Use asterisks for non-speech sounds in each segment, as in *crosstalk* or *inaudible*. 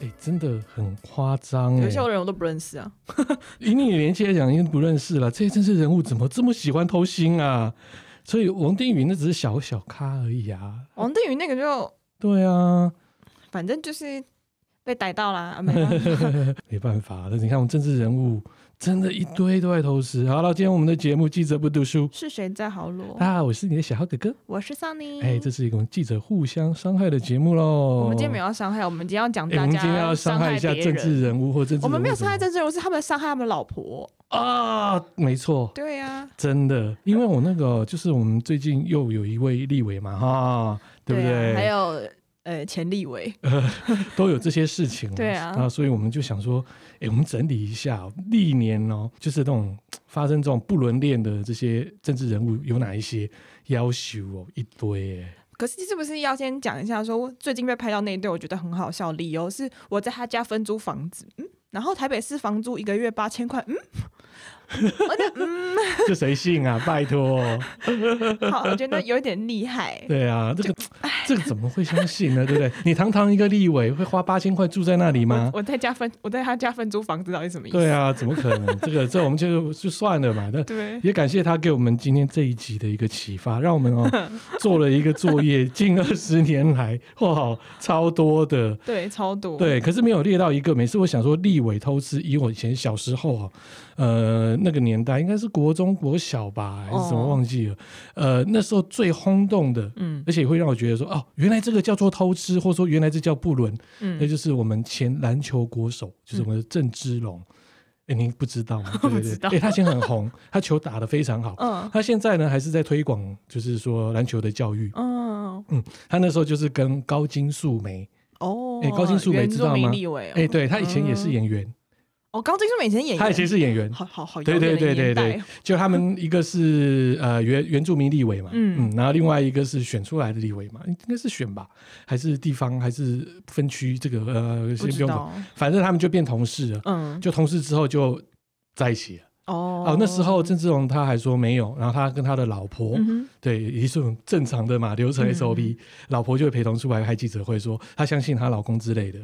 哎、真的很夸张哎有！些人我都不认识啊。以你年纪来讲，因为不认识了，这些政治人物怎么这么喜欢偷腥啊？所以王定宇那只是小小咖而已啊。王定宇那个就对啊，反正就是被逮到啦，啊没 *laughs* 办法没办法，但是你看我们政治人物真的一堆都在偷师。好了，今天我们的节目记者不读书，是谁在豪罗大？家好，我是你的小浩哥哥。我是桑尼。哎、这是一个记者互相伤害的节目喽。嗯我们今天没有，有要伤害，我们今天要讲哎、大我们家今天要伤害一下别政治人。人物或政治人物什么，我们没有伤害政治人物，是他们伤害他们老婆。啊，没错。对啊呀，真的，因为我那个就是我们最近又有一位立委嘛，哈，对不啊，还有呃钱立 *laughs* 伟，都有这些事情，对啊所以我们就想说，哎、我们整理一下哦历年哦，就是那种嘖发生这种不伦恋的这些政治人物有哪一些要求哦，一堆哎，可是是不是要先讲一下说最近被拍到那一对，我觉得很好笑，理由是我在他家分租房子，嗯，然后台北市房租一个月八千块，嗯，我觉得这谁信啊？拜托，嗯好，我觉得有点厉害。对啊，这个这个怎么会相信呢？对不对？你堂堂一个立委会花八千块住在那里吗我？我在家分，我在他家分租房子到底什么意思？啊对啊，怎么可能？这个这我们就就算了嘛，那 *laughs* 对也感谢他给我们今天这一集的一个启发，让我们哦做了一个作业，近二十年来哇，超多的。对，超多。对，可是没有列到一个。每次我想说立委偷吃，以我以前小时候啊，呃，那个年代应该是国中、国小吧，还是什么哦忘记了。呃，那时候最轰动的，嗯而且会让我觉得说，哦，原来这个叫做偷吃，或者说原来这叫不伦，那嗯，就是我们前篮球国手，就是我们的郑芝龙。哎、您不知道吗？ *laughs* 对对嗯不知对，道哎、他以前很红，他球打得非常好。嗯他现在呢，还是在推广，就是说篮球的教育。嗯，他那时候就是跟高金素梅，哦，哎高金素梅原知道吗住民立委哦，哎、对他以前也是演员，哦，高金素梅以前演员，他以前是演员，好好好，对对对对对，就他们一个是呃原原住民立委嘛，嗯嗯然后另外一个是选出来的立委嘛，应该是选吧，还是地方还是分区这个呃不先不知用管，道，反正他们就变同事了，嗯，就同事之后就在一起了。哦哦，那时候郑志龙他还说没有，然后他跟他的老婆，嗯哼对，也是种正常的嘛流程嗯 SOP，、老婆就会陪同出来开记者会说，她相信她老公之 *laughs* 类的，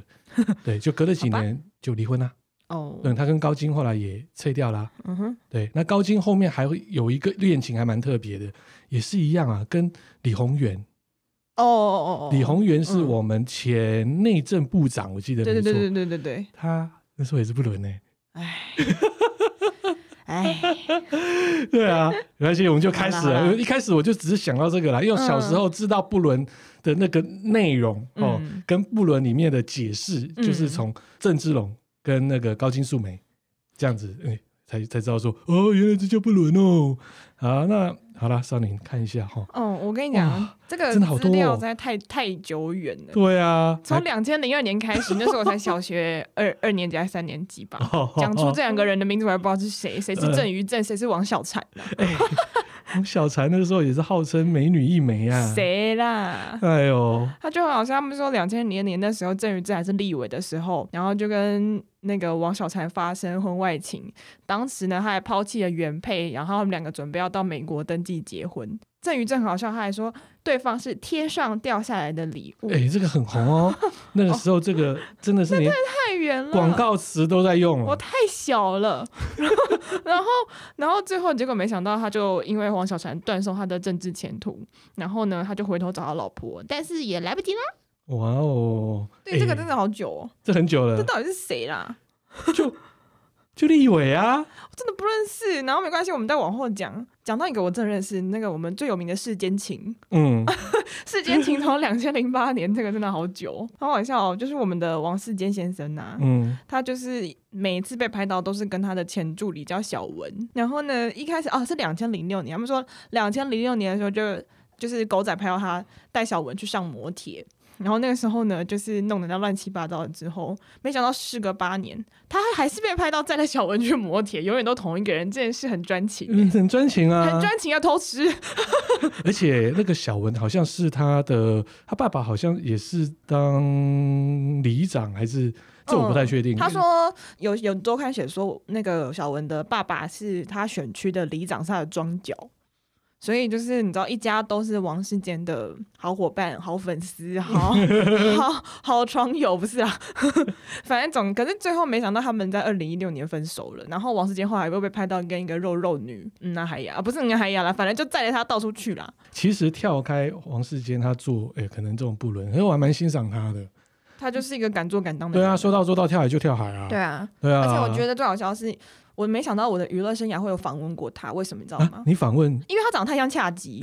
对，就隔了几好吧年就离婚啦。哦，嗯，她跟高金后来也撤掉啦。嗯哼，对，那高金后面还会有一个恋情还蛮特别的，也是一样啊，跟李宏源。哦哦哦哦，李宏源是嗯我们前内政部长，我记得对没对错，对对对对对，他那时候也是不伦呢、欸哎， *laughs* 对啊，没关系，我们就开始好啦好了。啦一开始我就只是想到这个啦，因为我小时候知道不伦的那个内容、哦嗯，跟不伦里面的解释，嗯就是从郑芝龙跟那个高金素梅这样子，哎、才才知道说，哦，原来这叫不伦哦。好，那好啦，少年看一下哈、哦，我跟你哇讲，这个真的好多资哦料实在太太久远了。对啊，从两千零二年开始，那时候我才小学二二年级还是三年级吧。哦讲出这两个人的名字，我还不知道是谁，谁是嗯郑于正，谁是王 *laughs* 小婵，我们 *laughs* 小婵那时候也是号称美女一枚啊。？谁啦？哎呦，他就好像他们说两千零二年那时候郑于正还是立委的时候，然后就跟那个王小婵发生婚外情。当时呢，他还抛弃了原配，然后他们两个准备要到美国登记结婚。郑于正好笑，他还说对方是天上掉下来的礼物，哎、这个很红哦。那个时候，这哦个真的是连太远了。广告词都在用我了。太小了， *laughs* 然后，然后，然后最后结果没想到，他就因为黄小婵断送他的政治前途，然后呢，他就回头找他老婆，但是也来不及啦。哇哦！对，这个哎真的好久哦，这很久这了，到底是谁啦？就就立伟啊，我真的不认识。然后没关系，我们再往后讲，讲到一个我真的认识，那个我们最有名的世间 *laughs* 情，嗯，世间情从两千零八年，这个真的好久，好好笑哦，就是我们的王世坚先生呐、啊 *laughs* 嗯，他就是每一次被拍到都是跟他的前助理叫小文，然后呢，一开始哦是两千零六年，他们说两千零六年的时候就就是狗仔拍到他带小文去上摩铁，然后那个时候呢就是弄得他乱七八糟的，之后没想到事隔八年，他还是被拍到载着小文去摩铁，永远都同一个人，这件事很专情、欸嗯很专情啊很，专情要偷吃，而且那个小文好像是他的，他爸爸好像也是当里长还是，这我不太确定。嗯他说有有周刊写说，那个小文的爸爸是他选区的里长，是他的庄脚，所以就是你知道，一家都是王世坚的好伙伴、好粉丝、好 *laughs* 好好床友，不是啊？ *laughs* 反正总，可是最后没想到他们在二零一六年分手了。然后王世坚后来又被拍到跟一个肉肉女，嗯，那海雅、啊、不是那海雅啦，反正就载着他到处去啦。其实跳开王世坚，他做诶、可能这种不伦，可是我还蛮欣赏他的。他就是一个敢做敢当的对人。啊，说到做到，跳海就跳海啊。嗯对啊，对啊，而且我觉得最好笑的是，我没想到我的娱乐生涯会有访问过他，为什么你知道吗啊？你访问，因为他长得太像 *laughs* 恰吉。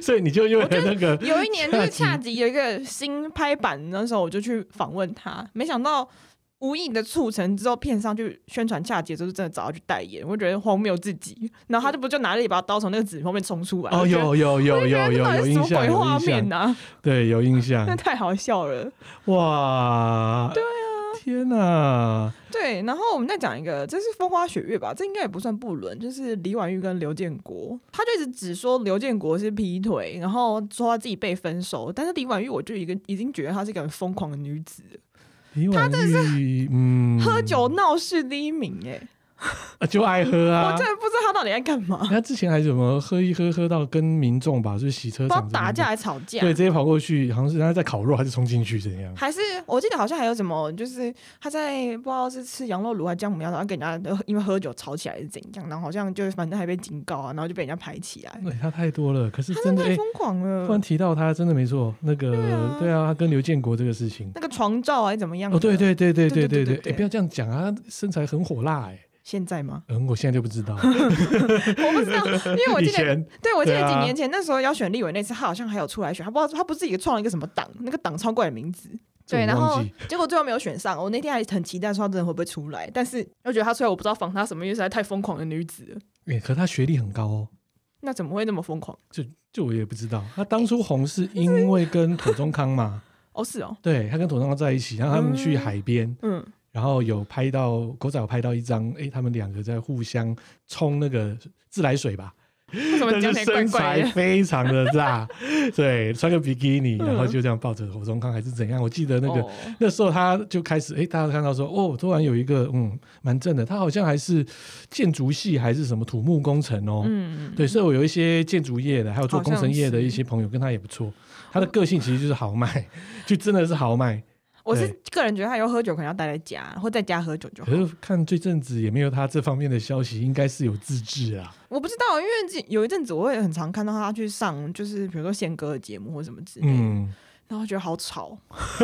所以你就因为那个有一年就是恰恰吉有一个新拍版，那时候我就去访问他，没想到无意的促成之后，片上去宣传恰吉，就是真的找他去代言，我觉得荒谬至极。然后他就不就拿了一把刀从那个纸后面冲出来？哦，我觉得有有有有有有这到印底是什么象，鬼有画印面象，呐、啊？对，有印那象， *laughs* 太好笑了。哇，对啊，天哪，对，然后我们再讲一个，这是风花雪月吧？这应该也不算不伦，就是李婉玉跟刘建国，他就一直只说刘建国是劈腿，然后说他自己被分手，但是李婉玉我就一个已经觉得她是一个很疯狂的女子了，李婉玉，嗯，喝酒闹事第一名耶、啊就爱喝啊我真。的不知道她到底在干嘛，他之前还怎么喝一喝喝到跟民众吧，就是洗车不知道场打架之类还吵的，。架对，直接跑过去，好像是他在烤肉还是冲进去怎样？还是我记得好像还有什么，就是他在不知道是吃羊肉炉还是姜母鸭，然后跟人家因为喝酒吵起来是怎样，然后好像就反正还被警告啊，然后就被人家排起来，对哎他太多了，可是他嗯真的太哎，疯狂了。突然提到他，真的没错，那个对啊对啊，他跟刘建国这个事情，那个床罩还是怎么样的？哦，对对对对对对对对对，哎，对对不要这样讲啊，他身材很火辣哎，？现在吗 *laughs* 嗯，我现在就不知道，我不知道，因为我以记得，前对我记对得啊几年前那时候要选立委那次，他好像还有出来选，他不知道他不是自己创了一个什么党，那个党超怪的名字。这对，我然忘后记结果最后没有选上。我那天还很期待说他真的会不会出来，但是我觉得他出来我不知道防他什么，因为实在太疯狂的女子了。哎，可他学历很高哦。那怎么会那么疯狂？就就我也不知道，他当初红是因为跟土中康 *laughs* 嘛，哦，是哦，对他跟土中康在一起，然后他们去海边，嗯，然后有拍到狗仔有拍到一张，哎、他们两个在互相冲那个自来水吧，为什么但讲是起来怪身怪材的？非常的 *laughs* 辣，对，穿个比基尼，嗯然后就这样抱着土中康还是怎样，我记得 *laughs* 那个。哦 *laughs* 那时候他就开始，哎、大家看到说，哦，突然有一个，嗯，蛮正的，他好像还是建筑系还是什么土木工程哦，嗯，对，所以我有一些建筑业的，还有做好工像程业的是一些朋友，跟他也不错。他的个性其实就是豪迈， *laughs* 就真的是豪迈。我是个人觉得他以后喝酒可能要待在家，或在家喝酒就好可。是看这阵子也没有他这方面的消息，应该是有自制啊。我不知道，因为这有一阵子我也很常看到他去上，就是比如说宪哥的节目或什么之类的，嗯，然后觉得好吵， *laughs*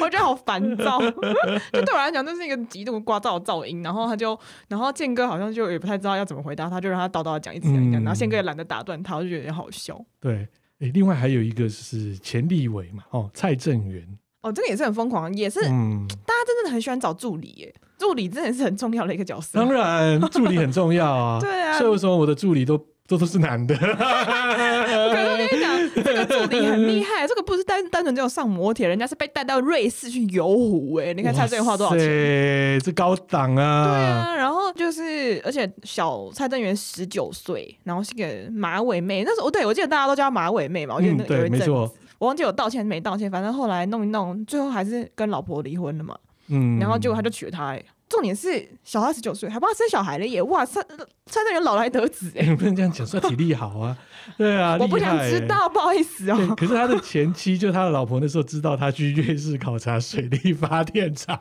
我觉得好烦躁。 *laughs* 就对我来讲，这是一个极度聒噪的噪音。然后他就，然后建哥好像就也不太知道要怎么回答他，就让他叨叨地讲，一直讲一直讲。嗯然后宪哥也懒得打断他，我就觉得有点好笑。对。诶，另外还有一个是前立委嘛，哦，蔡正元，哦，这个也是很疯狂，也是、嗯，大家真的很喜欢找助理耶，助理真的是很重要的一个角色。啊当然助理很重要啊。 *laughs* 对啊所以为什么我的助理都都都是男的？可是我跟你讲，这个助理很厉害，这个不是单单纯只有上摩铁，人家是被带到瑞士去游湖哎、你看蔡振宇花多少钱？对，这高档啊。对啊，然后就是，而且小蔡正元十九岁，然后是个马尾妹。那时候，哦对我记得大家都叫她马尾妹嘛，我记得嗯，那有对，一没阵子，错，我忘记有道歉没道歉，反正后来弄一弄，最后还是跟老婆离婚了嘛。嗯。然后结果他就娶了她、欸，重点是小她十九岁，还帮她生小孩了耶！哇，蔡蔡正元老来得 *laughs* 子哎、你不能这样讲，说体力好 *laughs* 啊，对啊，我不厉想害知欸道，不好意思哦、对可是他的前妻，就他的老婆那时候知道他去瑞士考察水力发电 *laughs* 厂，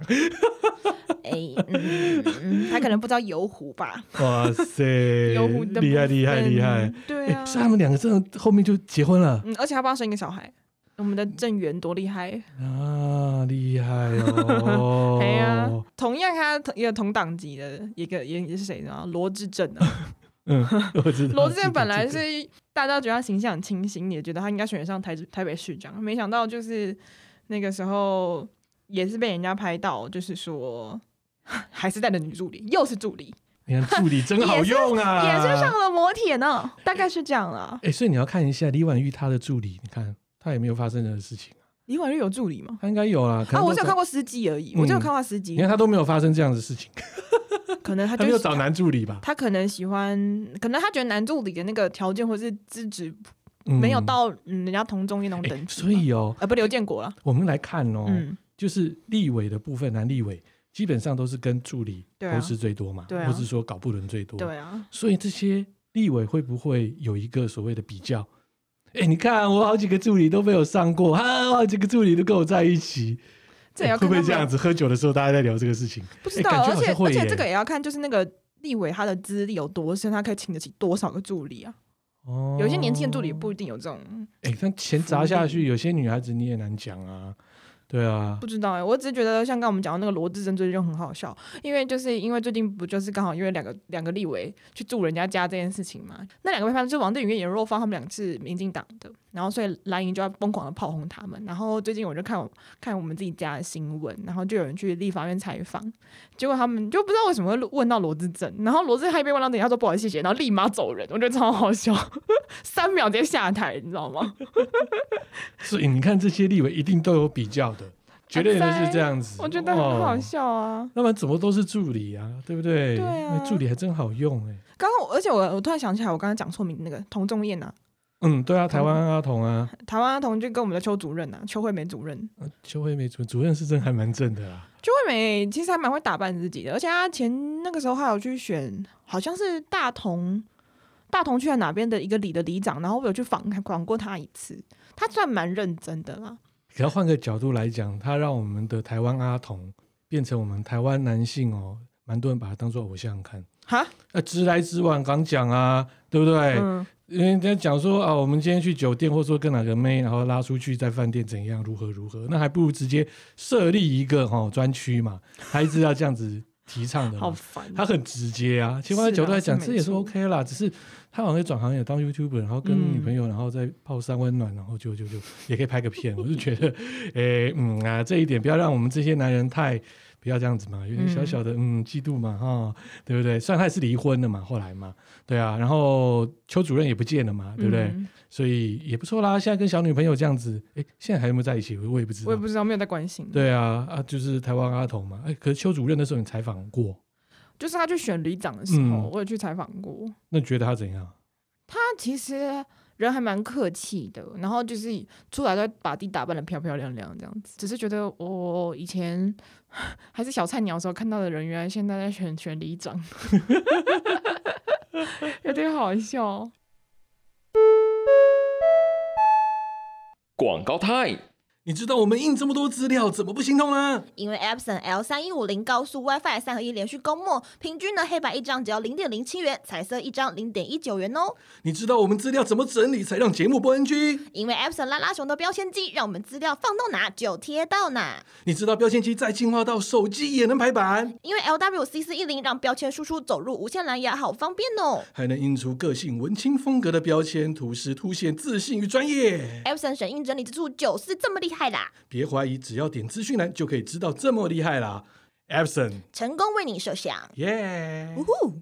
哎、嗯， *laughs* 嗯他可能不知道游湖吧？哇塞游湖，的厉害部厉害分厉害！，对哎啊，所以他们两个真的后面就结婚了嗯，而且他帮他生一个小孩，我们的郑源多厉害！！啊，厉害哦 *laughs* 哎呀，同样他同一个同党籍的一个也也是谁呢？罗志正啊，嗯， *laughs* 我知道。 *laughs* 罗志正本来这个是大家觉得他形象很清新，也觉得他应该选得上台台北市长，没想到就是那个时候也是被人家拍到，就是说还是带着女助理，又是助理，你看助理真好用啊，也是上了摩铁呢，大概是这样啦。哎，所以你要看一下李婉玉她的助理，你看她也没有发生任何事情，李婉玉有助理吗？她应该有啦。可能都啊，嗯我只有找看，过司机而已，我只有看过司你机看，她都没有发生这样的事情，可能他她没就有是找男助理吧？他可能喜欢，可能他觉得男助理的那个条件或是资质嗯没有到嗯人家同中那种哎等级吧、所以哦，呃不刘建国了，我们来看哦，嗯，就是立委的部分，男立委基本上都是跟助理对啊投资最多嘛，对啊或是说搞不伦最多。对啊，所以这些立委会不会有一个所谓的比较？哎、你看我好几个助理都被我上过，啊，我好几个助理都跟我在一起，这也要会看不他会们这样子？喝酒的时候大家在聊这个事情，不知道，欸感觉而好且像会而且耶这个也要看，就是那个立委他的资历有多深，他可以请得起多少个助理啊？哦有一些年轻的助理不一定有这种，哎、但钱砸下去，有些女孩子你也难讲啊，对啊不，知道哎、我只是觉得像刚刚我们讲的那个罗志珍最近就很好笑，因为就是因为最近不就是刚好因为两个两个立委去住人家家这件事情嘛，那两个被判就是王定宇跟严若芳他们两个是民进党的，然后所以蓝营就要疯狂的炮轰他们，然后最近我就看我看我们自己家的新闻，然后就有人去立法院采访，结果他们就不知道为什么会问到罗志珍，然后罗志珍还被问到等一下说不好意思谢谢，然后立马走人，我觉得超好笑， *laughs* 三秒直接下台，你知道吗？所以你看这些立委一定都有比较的，绝对都是这样子。啊我觉得很好哦笑啊。那么怎么都是助理啊，对不对？对啊那助理还真好用哎、刚刚我，而且我我突然想起来，我刚刚讲错名那个童仲彦啊，嗯，对啊，台湾阿童啊，台湾儿童就跟我们的邱主任啊，邱惠美主任，呃邱惠美主主任是真还蛮正的啊啦。邱惠美其实还蛮会打扮自己的，而且她前那个时候还有去选，好像是大同大同区在哪边的一个里的里长，然后我有去访访过她一次，她算蛮认真的啦。可要换个角度来讲，他让我们的台湾阿童变成我们台湾男性哦，蛮多人把他当做偶像看。哈，那、直来直往，刚讲啊，对不对？嗯，因为人家讲说啊，我们今天去酒店，或者说跟哪个妹，然后拉出去在饭店怎样如何如何，那还不如直接设立一个哦专区嘛，他一直要这样子提倡的嘛。好烦啊、他很直接啊，其实换个角度来讲，是啊是这没也是错 OK 啦。只是他好像也转行也当 YouTuber，然后跟嗯女朋友，然后再泡三温暖，然后就就就也可以拍个片。我就觉得，诶、嗯啊，这一点不要让我们这些男人太不要这样子嘛，有点小小的嗯嫉妒嘛哈、对不对？虽然他也是离婚了嘛，后来嘛，对啊，然后邱主任也不见了嘛，对不对？嗯所以也不错啦。现在跟小女朋友这样子，诶，现在还有没有在一起？我也不知我道也。不知道，没有在关心。，对啊，啊，就是台湾阿童嘛，哎，可是邱主任那时候你采访过，就是她去选里长的时候，嗯我有去采访过。那你觉得他怎样？他其实人还蛮客气的，然后就是出来都把自己打扮的漂漂亮亮这样子。只是觉得我、以前 *laughs* 还是小菜鸟的时候看到的人，原来现在在选选里长， *laughs* 有点好笑。广告 time。你知道我们印这么多资料怎么不心痛呢？因为 Epson L 三一五零高速 WiFi 三合一连续供墨，平均呢黑白一张只要零点零七元，彩色一张零点一九元哦。你知道我们资料怎么整理才让节目不 NG？因为 Epson 拉拉熊的标签机，让我们资料放到哪就贴到哪。你知道标签机再进化到手机也能排版，因为 LWC 四一零让标签输出走入无线蓝牙，好方便哦。还能印出个性文青风格的标签图示，凸显自信与专业。 Epson 神印整理之处就是这么厉害啦，别怀疑，只要点资讯栏就可以知道这么厉害啦 e p s o n 成功为你设想。耶、呜呼！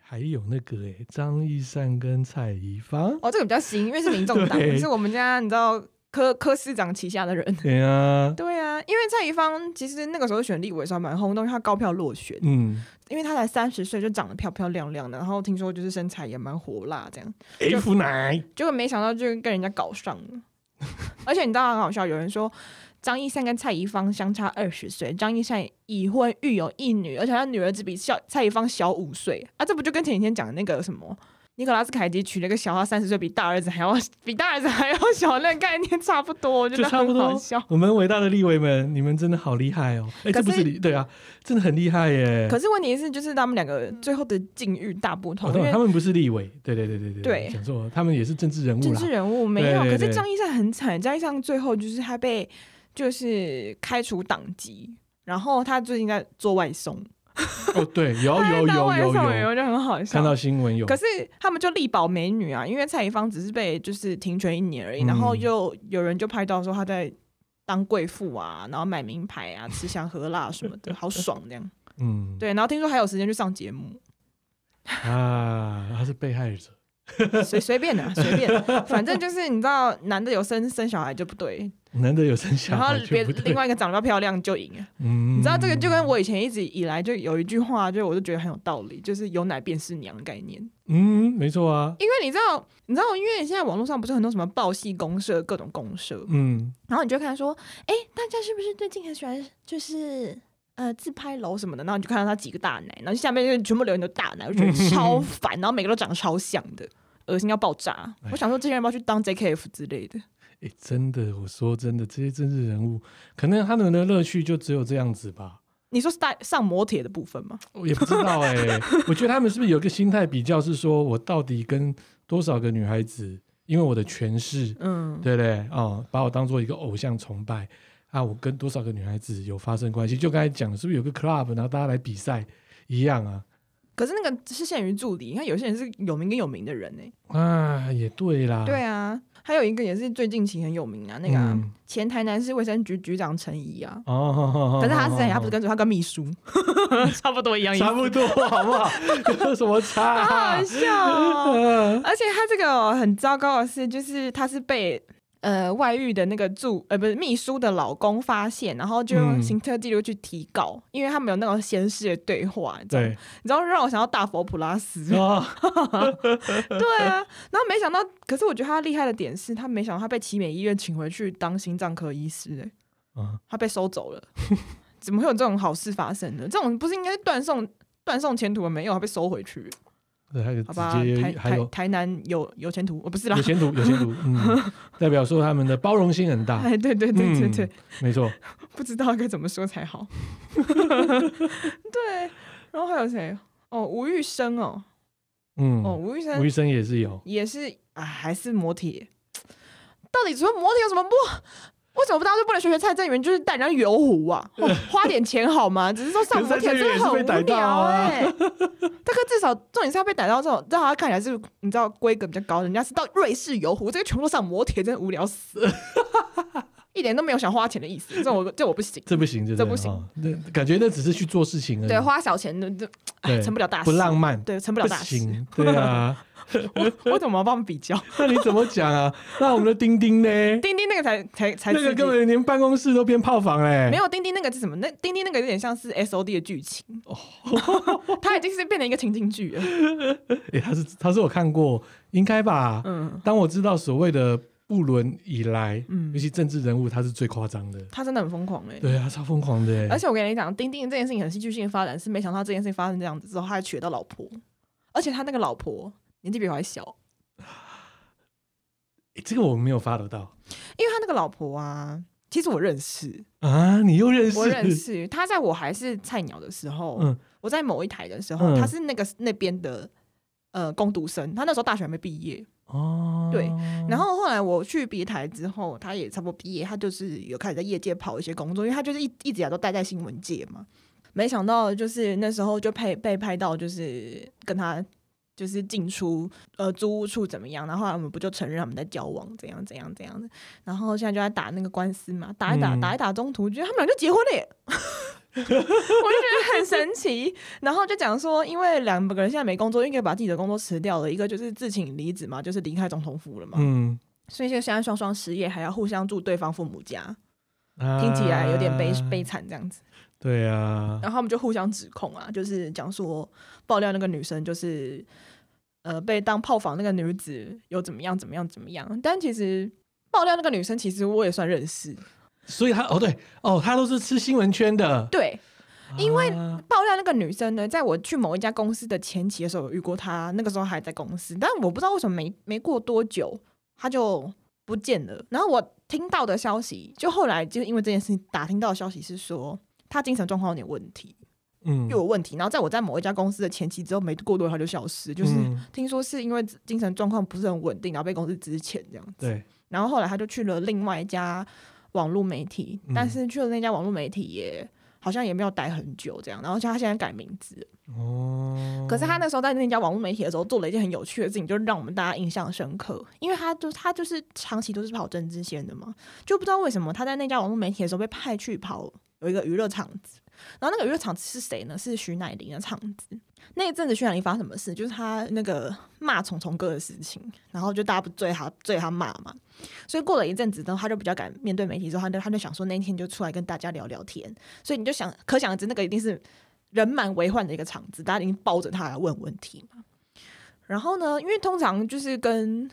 还有那个诶、张一山跟蔡宜芳，哦，这个比较新，因为是民众党对，是我们家你知道柯柯市长旗下的人。对啊，对啊，因为蔡宜芳其实那个时候选立委的时候蛮轰动，因为她高票落选，嗯，因为她才三十岁就长得漂漂亮亮的，然后听说就是身材也蛮火辣这样。 F 奶，结果没想到就跟人家搞上了。而且你知道很好笑，有人说张一山跟蔡宜芳相差二十岁，张一山已婚育有一女，而且他女儿只比小蔡宜芳小五岁啊，这不就跟前几天讲的那个什么尼可拉斯凯奇娶了个小他三十岁比大儿子还要比大儿子还要小的那个概念差不多，我觉就得差不很好多笑。。我们伟大的立委们，你们真的好厉害哦！哎、可这不是是理对啊，真的很厉害耶。可是问题是，就是他们两个最后的境遇大不同，哦，因对，他为们不是立委，对对对对对对讲错了，他们也是政治人物政啦治。人物没有。对对可对是张一山很惨，张一山最后就是他被就是开除党籍，然后他最近在做外送，哦，对， *laughs* 有他有在当有外有送员有，哎我就很好笑看。到新闻有。可是他们就力保美女啊，因为蔡宜芳只是被就是停权一年而已，嗯然后又有人就拍到说她在当贵妇啊，然后买名牌啊，吃香喝辣什么 *laughs* 的，好爽这样。嗯，对，然后听说还有时间去上节目，啊，他是被害者。随随便的、随便的、 *laughs* 反正就是你知道，男的有生生小孩就不对，难得有生小然后孩，却别不对另，外一个长得比较漂亮就赢了。 *laughs* 嗯你知道这个就跟我以前一直以来就有一句话，就我就觉得很有道理，就是有奶便是娘的概念。嗯，没错啊，因为你知道，你知道，因为现在网络上不是很多什么报系公社、各种公社，嗯，然后你就会看说，哎，大家是不是最近很喜欢就是呃自拍楼什么的，然后你就看到他几个大奶，然后下面就全部留言都大奶，我觉得超烦，嗯然后每个都长得超像的，恶心要爆炸。我想说这些人要不要去当 JKF 之类的，哎、真的，我说真的，这些政治人物，可能他们的乐趣就只有这样子吧。你说是带上摩铁的部分吗？我也不知道 *laughs* 哎、我觉得他们是不是有一个心态比较是说，我到底跟多少个女孩子，因为我的权势，嗯，对不对？哦，把我当做一个偶像崇拜啊，我跟多少个女孩子有发生关系？就刚才讲的，是不是有个 club，然后大家来比赛一样啊？可是那个只是限于助理，你看有些人是有名跟有名的人呢、啊，也对啦，对啊，还有一个也是最近期很有名啊，那个啊、嗯前台南市卫生局局长陈怡啊，哦，可是他之前他不是跟主他跟秘书差不多一样意思，差不多，好不好？ *laughs* 有什么差、啊啊好好笑哦、嗯 *laughs* 而且他这个哦很糟糕的是，就是他是被呃外遇的那个助呃不是秘书的老公发现，然后就用嗯行车记录去提告，因为他们有那种闲事的对话，你知道吗对，*laughs* 你知道让我想到大佛普拉斯，哦，对啊，然后没想到，可是我觉得他厉害的点是他没想到他被奇美医院请回去当心脏科医师、欸，啊他被收走了， *laughs* 怎么会有这种好事发生呢？这种不是应该断送断送前途了没有，他被收回去，对，还有好吧？直台接还台有台南有有前途，我哦不是啦有，前途，有前途， *laughs* 嗯，代表说他们的包容性很大，哎，对对对对对，哦嗯没错，不知道该怎么说 *laughs* 才好。对，然后还有谁？哦，吴玉生哦，哦，嗯，吴玉吴生医生也是有，也是啊，还是磨铁。到底除了磨铁有什么不？为什么大家就不能学学蔡正元，就是带人家油壶 *laughs* 啊、哦花点钱好吗？只是说上摩铁真的很无可是蔡正元也是被逮聊到啊哎、大哥至少重点是他被逮到这种，让他看起来是你知道规格比较高，人家是到瑞士油壶，这个全部都上摩铁，真的无聊死 *laughs* 了，一点都没有想花钱的意思。这我这我不行，这不行，这不行哦，那感觉那只是去做事情而已，对，花小钱的这 *laughs* 哎对成不了大不事，浪漫，对，成不不了大事。 *laughs* 行，对啊，我怎么要帮他们比较？那你怎么讲啊？那我们的丁 *laughs* 丁呢？钉钉那个才才才那个刺激根本连办公室都变炮房嘞，没有钉钉那个是什么？那钉钉那个有点像是 S O D 的剧情，哦它已经是变成一个情景剧了。诶，他是他是我看过，应该吧？嗯，当我知道所谓的不伦以来，嗯尤其政治人物，他是最夸张的，他真的很疯狂哎、对啊，超疯狂的欸，而且我跟你讲，钉钉这件事情很戏剧性的发展，是没想到这件事情发生这样子之后，他还娶得到老婆，而且他那个老婆年纪比我还小，诶欸这个我没有发得到因为他那个老婆啊，其实我认识，啊，你又认识？我认识他，在我还是菜鸟的时候，嗯我在某一台的时候，嗯他是那个那边的呃攻读生，他那时候大学还没毕业。哦，对然后后来我去别台之后，他也差不多毕业，他就是有开始在业界跑一些工作，因为他就是一一直以来都待在新闻界嘛。没想到就是那时候就被被拍到，就是跟他就是进出呃租屋处怎么样，然后后来我们不就承认他们在交往，怎样怎样怎样的，然后现在就在打那个官司嘛，打一打、嗯打一打，中途觉得他们俩就结婚了耶。 *laughs* 我就觉得很神奇，然后就讲说，因为两个人现在没工作，一个把自己的工作辞掉了，一个就是自请离职嘛，就是离开总统府了嘛。嗯，所以就现在双双失业，还要互相住对方父母家，啊听起来有点悲、悲。惨这样子。对啊，然后他们就互相指控啊，就是讲说爆料那个女生就是呃被当炮房那个女子有怎么样怎么样怎么样，但其实爆料那个女生其实我也算认识，所以他哦对哦，他都是吃新闻圈的，对。因为啊爆料那个女生呢，在我去某一家公司的前期的时候有遇过她，那个时候还在公司，但我不知道为什么没没过多久她就不见了。然后我听到的消息，就后来就是因为这件事情打听到的消息是说她精神状况有点问题，嗯又有问题。然后在我在某一家公司的前期之后，没过多久她就消失，就是嗯听说是因为精神状况不是很稳定，然后被公司支遣这样子。对然后后来他就去了另外一家网络媒体，嗯但是去了那家网络媒体也好像也没有待很久这样，然后他现在改名字了。哦，可是他那时候在那家网络媒体的时候做了一件很有趣的事情，就让我们大家印象深刻，因为他就他就是长期都是跑政治线的嘛，就不知道为什么他在那家网络媒体的时候被派去跑有一个娱乐场子。然后那个娱乐场子是谁呢？是徐乃麟的场子。那一阵子徐乃麟发生什么事？就是他那个骂虫虫哥的事情，然后就大家不追他追他骂嘛。所以过了一阵子之后，他就比较敢面对媒体之后，他就他就想说那一天就出来跟大家聊聊天。所以你就想，可想而知，那个一定是人满为患的一个场子，大家已经抱着他来问问题嘛。然后呢，因为通常就是跟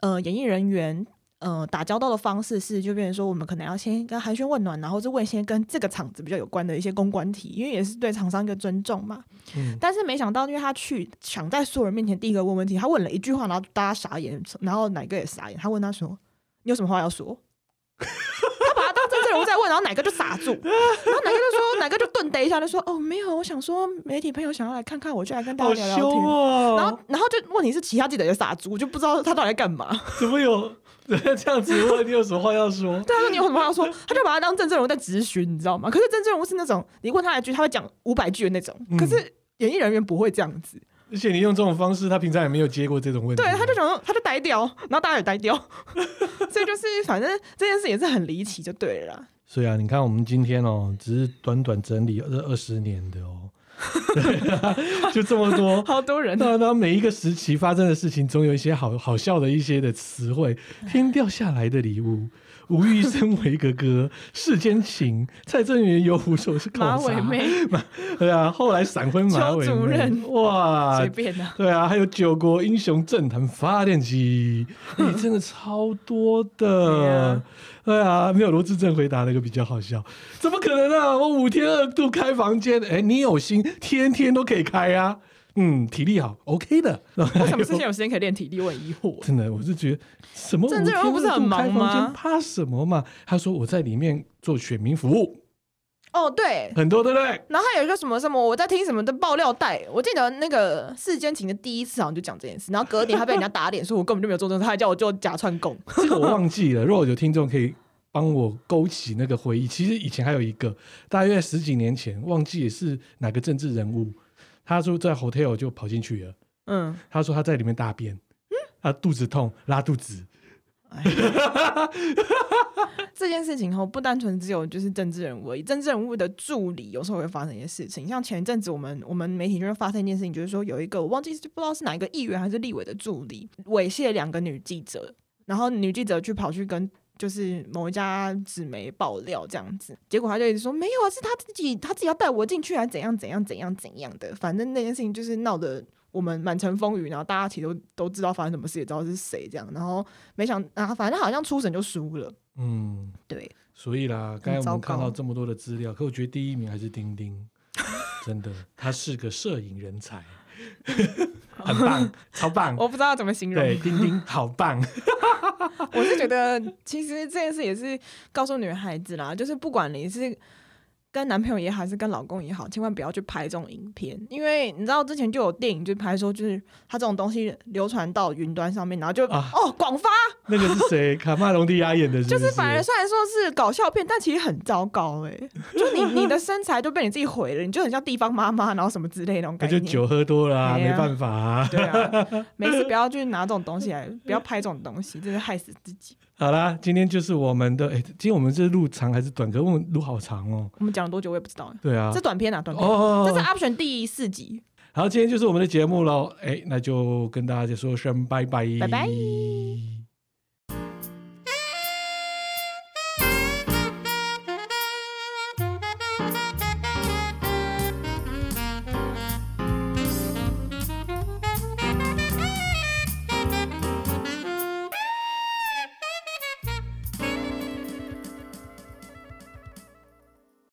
呃演艺人员呃打交道的方式是，就变成说我们可能要先跟寒暄问暖，然后是问一些跟这个厂子比较有关的一些公关题，因为也是对厂商一个尊重嘛。嗯，但是没想到，因为他去想在所有人面前第一个问问题，他问了一句话，然后大家傻眼，然后哪个也傻眼。他问他说：“你有什么话要说？” *laughs* 他把他当真人物在问，然后哪个就傻住，然后哪个就说，哪个就顿呆一下，就说：“哦，没有，我想说媒体朋友想要来看看，我就来跟大家好聊聊凶天。哦！然后，然后就问题是其他记者也傻住，我就不知道他到底在干嘛。怎么有 *laughs* 人这样子问你有什 *laughs* 么话要说？对啊， *laughs* 说你有什么话要说，他就把他当郑正荣在质询，你知道吗？可是郑正荣是那种你问他一句，他会讲五百句的那种。嗯可是演艺人员不会这样子，而且你用这种方式，他平常也没有接过这种问题。对，他就想说，他就呆掉，然后大家也呆掉， *laughs* 所以就是反正这件事也是很离奇，就对了啦。所以啊，你看我们今天哦，只是短短整理这二十年的哦，对 *laughs* 啊就这么多。 *laughs* 好多人，当然，当然每一个时期发生的事情，总有一些好好笑的一些的词汇。天掉下来的礼物，吴玉生为格格，世间情，蔡正元有虎手是口马尾茶，妹 *laughs* 对啊，后来闪婚马尾妹邱主任哇随，便啊，对啊，还有九国英雄政坛发电机， *laughs* 你真的超多对的啊。对啊，没有罗志正回答那个比较好笑，怎么可能啊？我五天二度开房间，哎，你有心，天天都可以开啊。嗯，体力好，OK 的。为什么之前有时间可以练体力？我很疑 *laughs* 惑。真的，我是觉得什么郑正五天荣不是二很度忙开房间吗怕什么嘛？他说我在里面做选民服务，哦，对。很多对不对？然后还有一个什么什么，我在听什么的爆料带，我记得那个《世间情》的第一次好像就讲这件事，然后隔年他被人家打脸，说我根本就没有做正事，他还叫我做假串供。这个我忘记了，如果有听众可以帮我勾起那个回忆。其实以前还有一个，大约十几年前，忘记也是哪个政治人物，他说在 hotel 就跑进去了，嗯，他说他在里面大便，他肚子痛，拉肚子。这件事情后不单纯只有就是政治人物而已，政治人物的助理有时候会发生一些事情。像前一阵子我们我们媒体就是发生一件事情，就是说有一个我忘记是不知道是哪一个议员还是立委的助理猥亵两个女记者，然后女记者去跑去跟。就是某一家纸媒爆料这样子，结果他就一直说没有啊，是他自己他自己要带我进去，还啊怎样怎样怎样怎样的，反正那件事情就是闹得我们满城风雨，然后大家其实都都知道发生什么事，也知道是谁这样，然后没想啊，反正好像初审就输了，嗯，对，所以啦，刚才我糟们看糕到这么多的资料，可我觉得第一名还是丁丁，真的，他是个摄影人 *laughs* 才，很棒，超棒。我不知道怎么形对，容。啊丁丁好棒。 *laughs* 我是觉得，其实这件事也是告诉女孩子啦，就是不管你是跟男朋友也好，还是跟老公也好，千万不要去拍这种影片，因为你知道之前就有电影就拍说，就是它这种东西流传到云端上面，然后就、啊哦广发，那个是谁？卡马隆迪亚演的是就不是反而虽然说是搞笑片，但其实很糟糕哎、就是你你的身材都被你自己毁了，你就很像地方妈妈，然后什么之类的那种那感就觉。酒喝多了、啊，哎呀没办法啊。对啊，没事，不要去拿这种东西来，不要拍这种东西，真是害死自己。好啦，今天就是我们的，哎、今天我们是录长还是短歌？我们录好长哦。我们讲了多久我也不知道哎、对啊这，短片啊，短片，哦这是 option 第四集。好，今天就是我们的节目喽。哎、那就跟大家说声拜拜，拜拜。